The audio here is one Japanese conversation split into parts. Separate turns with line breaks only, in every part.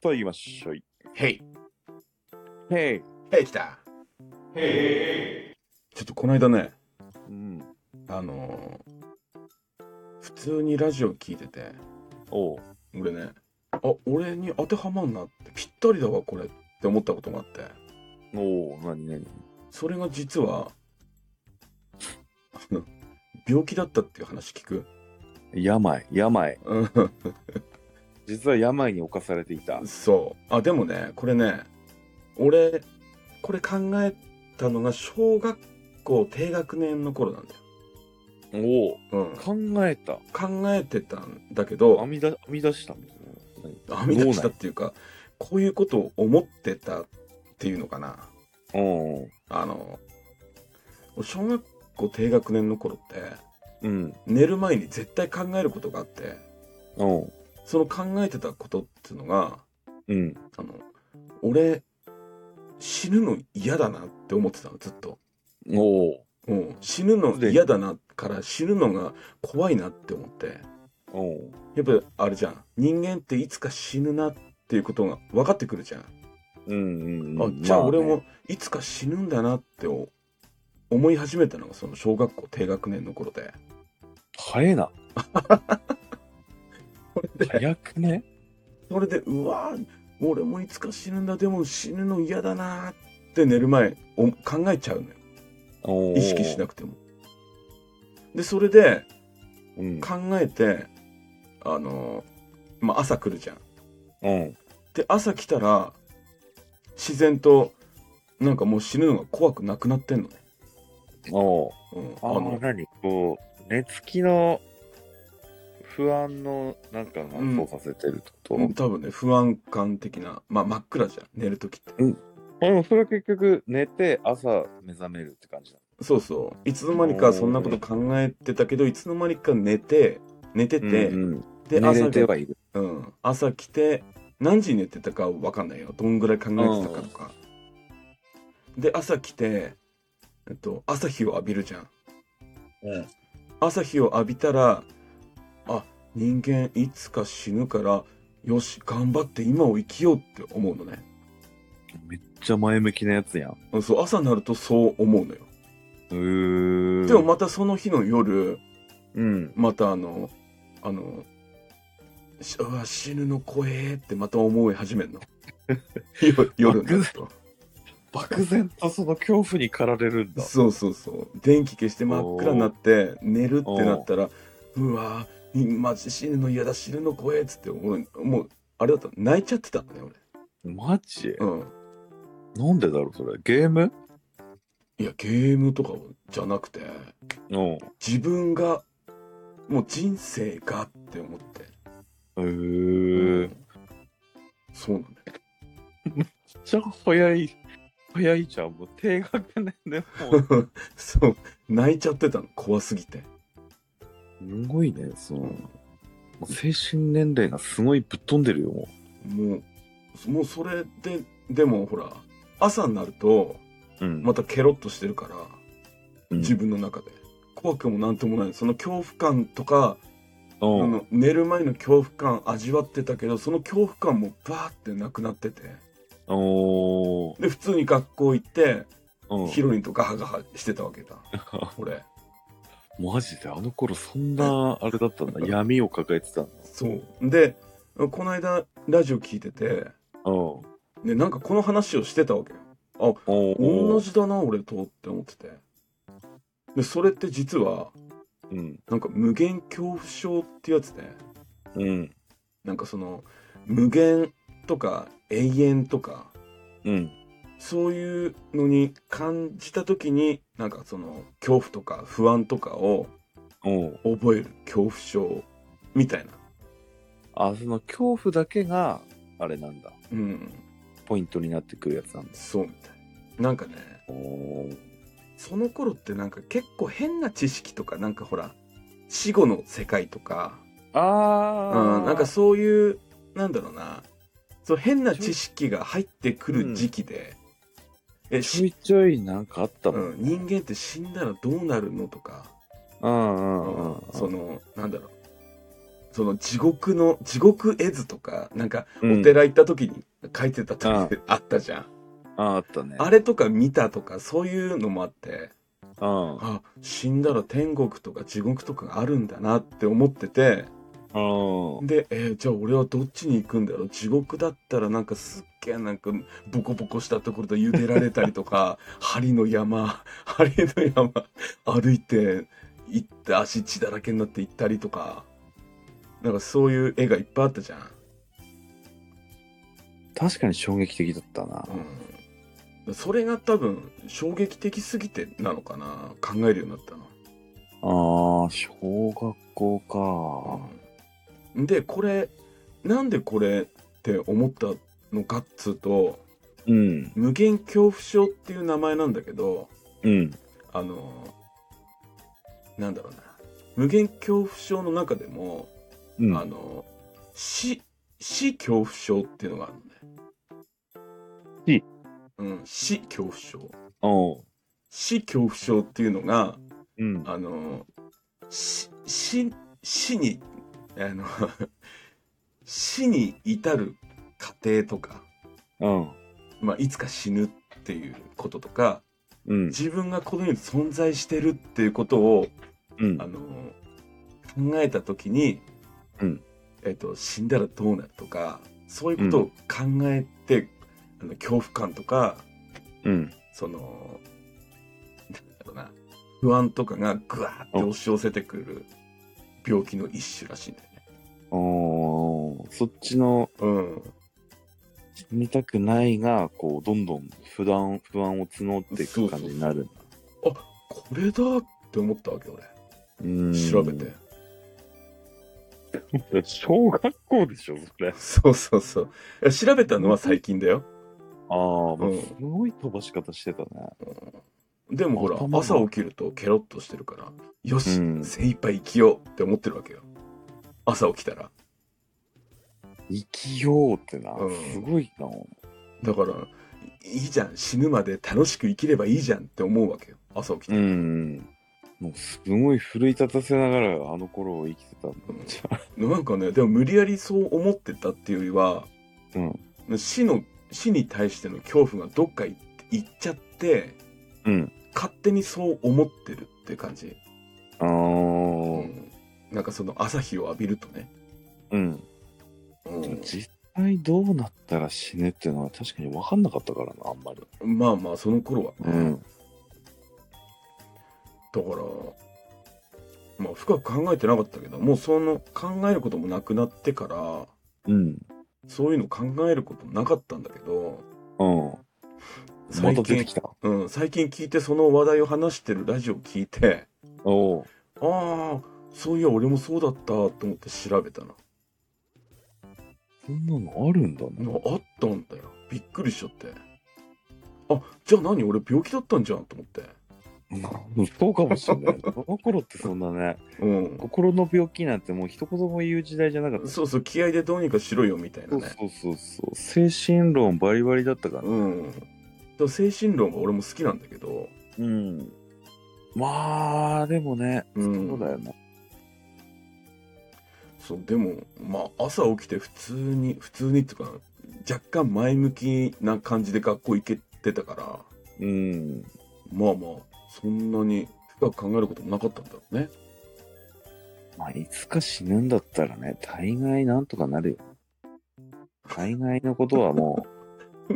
と言いましょい。
へい。
へい。
へい、来た。
ちょっとこの間ね、
うん。
あのー普通にラジオ聞いてて、
おう。
俺ね、あ、俺に当てはまんなって、ぴったりだわ、これって思ったことがあって、
おう。なになに
それが実は、あの、病気だったっていう話聞く。
病、病。
うん
実は病に侵されていた。
そう。あ、でもね、これね、俺、これ考えたのが小学校低学年の頃なんだよ。
おお。
うん。
考えた。
考えてたんだけ
編
ど、
み出編み出したんですね。
編み出したっていうか、こういうことを思ってたっていうのかな。
おう。
あの、俺小学校低学年の頃って、
うん。
寝る前に絶対考えることがあって、
おう。
その考えてたことっていうのが、
うん。
あの、俺、死ぬの嫌だなって思ってたの、ずっと。
おう。
うん、死ぬの嫌だなから死ぬのが怖いなって思って
おう。
やっぱあれじゃん人間っていつか死ぬなっていうことが分かってくるじゃん、
うんうん。
あじゃあ俺もいつか死ぬんだなってお思い始めたのがその小学校低学年の頃で
早 えな。
これで
早くね。
それでうわー俺もいつか死ぬんだでも死ぬの嫌だなーって寝る前お考えちゃうのよ
おう
意識しなくてもでそれで
うん。
考えてあのーまあ朝来るじゃん
うん。
で朝来たら自然となんかもう死ぬのが怖くなくなってんのね、
おう。
うん、
あ
あ
の
の
何こう、寝つきの不安のなんかが
うん
そうさせてるってこと、
うん多分ね不安感的な、まあ、真っ暗じゃん寝る時って
でもそれは結局寝て朝目覚めるって感じだ。
そうそういつの間にかそんなこと考えてたけどいつの間にか寝て寝てて、
うんうん、
で
寝
朝
れて
が、
はいる。
うん、朝来て何時に寝てたかわかんないよどんぐらい考えてたかとか、で朝来て、えっと、朝日を浴びるじゃん
うん、
朝日を浴びたらあ人間いつか死ぬからよし頑張って今を生きようって思うのね
めっちゃ前向きなやつやん。
そう朝になるとそう思うのよ、
うーん。
でもまたその日の夜
うん。
またあのあのしうわ死ぬの怖えってまた思い始めるの 夜夜になると
漠然とその恐怖に駆られるんだ。
そうそうそう電気消して真っ暗になって寝るってなったらうわーマジ死ぬの嫌だ死ぬの怖えっつって俺もうあれだった泣いちゃってたのね
マジ
俺うん
なんでだろうそれ。ゲーム
いやゲームとかじゃなくて
うん。へ
自分がもう人生がって思って
ー。めっ
そうなんだよ
ちゃ早い。早いじゃん。もう低学年でもう。
そう泣いちゃってたの怖すぎて
すごいね、その、もう精神年齢がすごいぶっ飛んでるよ、も
もうもうそれででもほら朝になると
う。うん
またケロッとしてるから
うん
自分の中で、怖くもなんともないその恐怖感とか、
う
あ
ん。
の寝る前の恐怖感味わってたけどその恐怖感もバーってなくなってて
おー。
で普通に学校行って
うん
ヒロインとガハガハしてた わけだ俺
マジであの頃そんなあれだったんだ闇を抱えてたんだ
そうでこの間ラジオ聞いてて
うんお
でなんかこの話をしてたわけよ同
お
じだな俺とって思っててでそれって実は
うん
なんか無限恐怖症ってやつで、
うん
なんかその無限とか永遠とか
うん
そういうのに感じた時になんかその恐怖とか不安とかを
おう
覚える恐怖症みたいな、
あその恐怖だけがあれなんだ
うん、
ポイントになってくるやつなんだ
そうみたいななんかね
おー
その頃ってなんか結構変な知識とかなんかほら死後の世界とか、
あー
うん、なんかそういうなんだろうなそう変な知識が入ってくる時期で、え
ちょ
し
いちょいなんかあったもん、
うん、人間って死んだらどうなるのとか
うんうんうん
そのなんだろうその地獄の、地獄絵図とか、なんか、
うん
お寺行った時に書いてた時ってあったじゃん。
あああったね
あれとか見たとか、そういうのもあって、
うんあ
あ、死んだら天国とか地獄とかあるんだなって思ってて、
あ
で、えーじゃあ俺はどっちに行くんだろう地獄だったらなんかすっげえなんかボコボコしたところで茹でられたりとか、針の山、 針の山歩いて行って足血だらけになって行ったりとか、なんかそういう絵がいっぱいあったじゃん。
確かに衝撃的だったな
うん。それが多分衝撃的すぎてなのかな考えるようになったの。
ああ小学校か
でこれなんでこれって思ったのかっつうと
うん
無限恐怖症っていう名前なんだけど
うん
あのなんだろうな無限恐怖症の中でも、
うん
あの死死恐怖症っていうのがあるのね
死
うん死恐怖症
おう
死恐怖症っていうのが
うん
あの死死死にあの死に至る過程とか、
うん
まあ、いつか死ぬっていうこととか
うん
自分がこの世に存在してるっていうことを
うん
あの考えた時に、
うん
えっと死んだらどうなるとかそういうことを考えて、あの恐怖感とか
うん
そのなんだろうな不安とかがぐわーって押し寄せてくる病気の一種らしいんだよね。
おーそっちの
うん、
死にたくないがこうどんどん不安不安を募っていく感じになる
これだって思ったわけ俺
うん
調べて。
小学校でしょそれ
そうそうそういや調べたのは最近だよ。
ああ、まあ
うん
すごい飛ばし方してたね
でもほら
頭が
朝起きるとケロッとしてるからよし、
うん
精一杯生きようって思ってるわけよ朝起きたら
生きようってな、
うん
すごいな
だからいいいじゃん死ぬまで楽しく生きればいいじゃんって思うわけよ朝起きた
う
ら、
んもうすごい奮い立たせながらあの頃を生きてたんだ
うん
じゃあ
なんかねでも無理やりそう思ってたっていうよりは
うん
死の死に対しての恐怖がどっか行って行っちゃって
うん
勝手にそう思ってるって感じ、
あ
う
ー
んなんかその朝日を浴びるとね、
うん、
うん
実際どうなったら死ぬっていうのは確かに分かんなかったからなあんまり
まあまあその頃はね、
うん
だからまあ深く考えてなかったけどもうその考えることもなくなってから
うん
そういうの考えることもなかったんだけど
うんま
最
た出て
近
き、た
うん、最近聞いてその話題を話してるラジオを聞いて
おう
ああそういや俺もそうだったと思って調べたな
そんなのあるんだね
なあったんだよびっくりしちゃってあじゃあ何俺病気だったんじゃんと思って
うんそうかもしれない。 この頃ってそんなね、
うん
心の病気なんてもう一言も言う時代じゃなかった。
そうそう気合でどうにかしろよみたいな
そう
ね
そうそうそう。精神論バリバリだったからね。
うんだから精神論は俺も好きなんだけど
うん。まあ、でもね、
うん
そうだよね。
そうでもまあ朝起きて普通に普通にっていうか若干前向きな感じで学校行けてたか
う
ら
ん。
まあまあそんなに深く考えることもなかったんだろうね
まあ、いつか死ぬんだったらね、大概なんとかなるよ。大概のことはも う、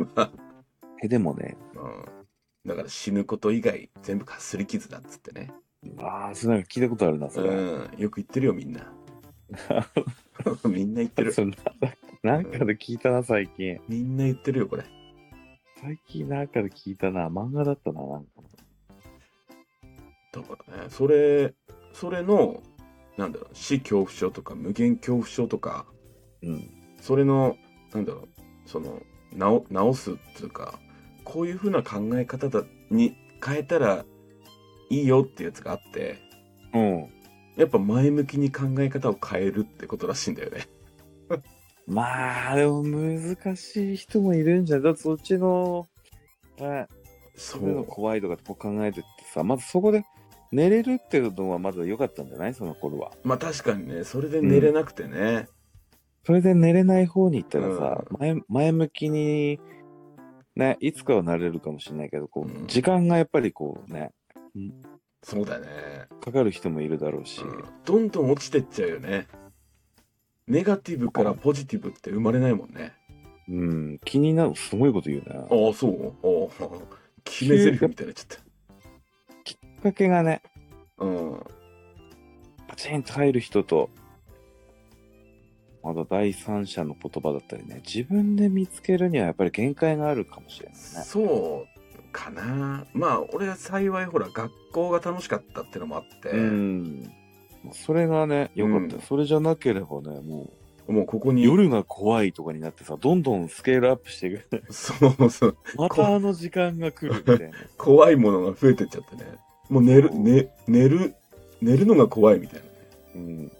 手でもね、
うん、だから死ぬこと以外全部かすり傷だっつってね
ああ、それなんか聞いたことあるな、
う
それ。
んよく言ってるよみん なみんな言ってる
それなんかなんかで聞いたな、最近。
みんな言ってるよこれ
最近なんかで聞いたな、漫画だったな、なんか。
だからねそれそれのなんだろう死恐怖症とか無限恐怖症とか
うん。
それのなんだろうその直直すっていうかこういうふうな考え方だに変えたらいいよってやつがあって
うん。
やっぱ前向きに考え方を変えるってことらしいんだよね。
まあ、でも難しい人もいるんじゃないだってそっちの、ね、
そ
そういうの怖いとかこう考えてってさ、まずそこで寝れるっていうのはまだ良かったんじゃないその頃は。
まあ確かにね、それで寝れなくてね。
それで寝れない方に行ったらさ、前前向きに、ね、いつかはなれるかもしれないけど、こう、
うん
時間がやっぱりこうね、
そうだね、
かかる人もいるだろうし、
うんどんどん落ちてっちゃうよね。ネガティブからポジティブって生まれないもんね。
うん、気になる、すごいこと言うね。き
ああ、そうああ決め台詞みたいになっちゃっ
っかけがね、
た。うん。
パチンと入る人と、まだ第三者の言葉だったりね、自分で見つけるにはやっぱり限界があるかもしれないね。
そうかなまあ俺は幸いほら学校が楽しかったってのもあって、
うん。それがね、よかった、
うん
それじゃなければね、も
もうここ
う、
に
夜が怖いとかになってさ、どんどんスケールアップしていく。
そうそう
またあの時間が来るみた いな。
怖いものが増えてっちゃってねもう寝る、
うん
ね、寝る寝るのが怖いみたいなね
うん。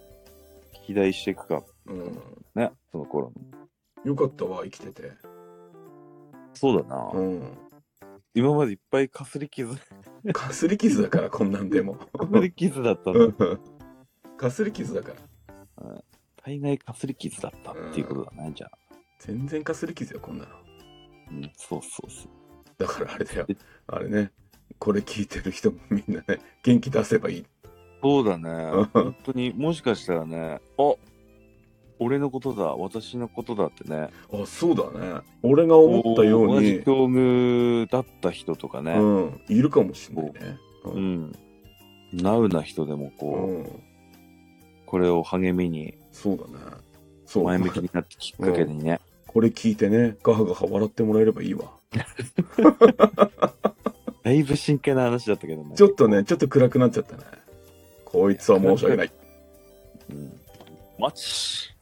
肥大していくか、
う
ね、その頃の。
んよかったわ生きてて
そうだな。
うん
今までいっぱいかすり傷、か
かすり傷だからこんなん でも
すり傷だったんだ
うんかすり傷だから
大概かすり傷だったっていうことだね、じゃあ。
全然かすり傷よこんなの
うん、そうそうそう。
だからあれだよあれねこれ聞いてる人もみんなね元気出せばいい
そうだね
うん。
本当にもしかしたらね、あ俺のことだ、私のことだってね、
あそうだね俺が思ったよう
同
に
じ境遇だった人とかね、うん
うん、いるかもしれないね。うん。
ナウな人でもこう、
うん
これを励みに、
そうだね。そう。
前向きになってきっかけにね、
これ聞いてね、ガハガハ笑ってもらえればいいわ。
だいぶ真剣な話だったけどね。
ちょっとね、ちょっと暗くなっちゃったね。こいつは申し訳ない。
うん、マッチ